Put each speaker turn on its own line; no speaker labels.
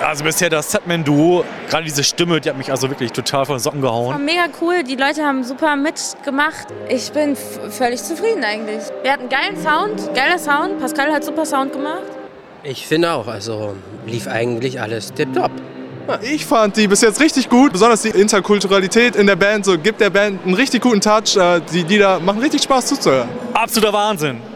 Also bisher das Setman-Duo, gerade diese Stimme, die hat mich also wirklich total von den Socken
War
gehauen.
mega cool, die Leute haben super mitgemacht. Ich bin f- völlig zufrieden eigentlich. Wir hatten geilen Sound, geiler Sound. Pascal hat super Sound gemacht.
Ich finde auch, also lief eigentlich alles tipptopp.
Ich fand die bis jetzt richtig gut, besonders die Interkulturalität in der Band, so gibt der Band einen richtig guten Touch. Äh, Die Lieder machen richtig Spaß zuzuhören.
Absoluter Wahnsinn.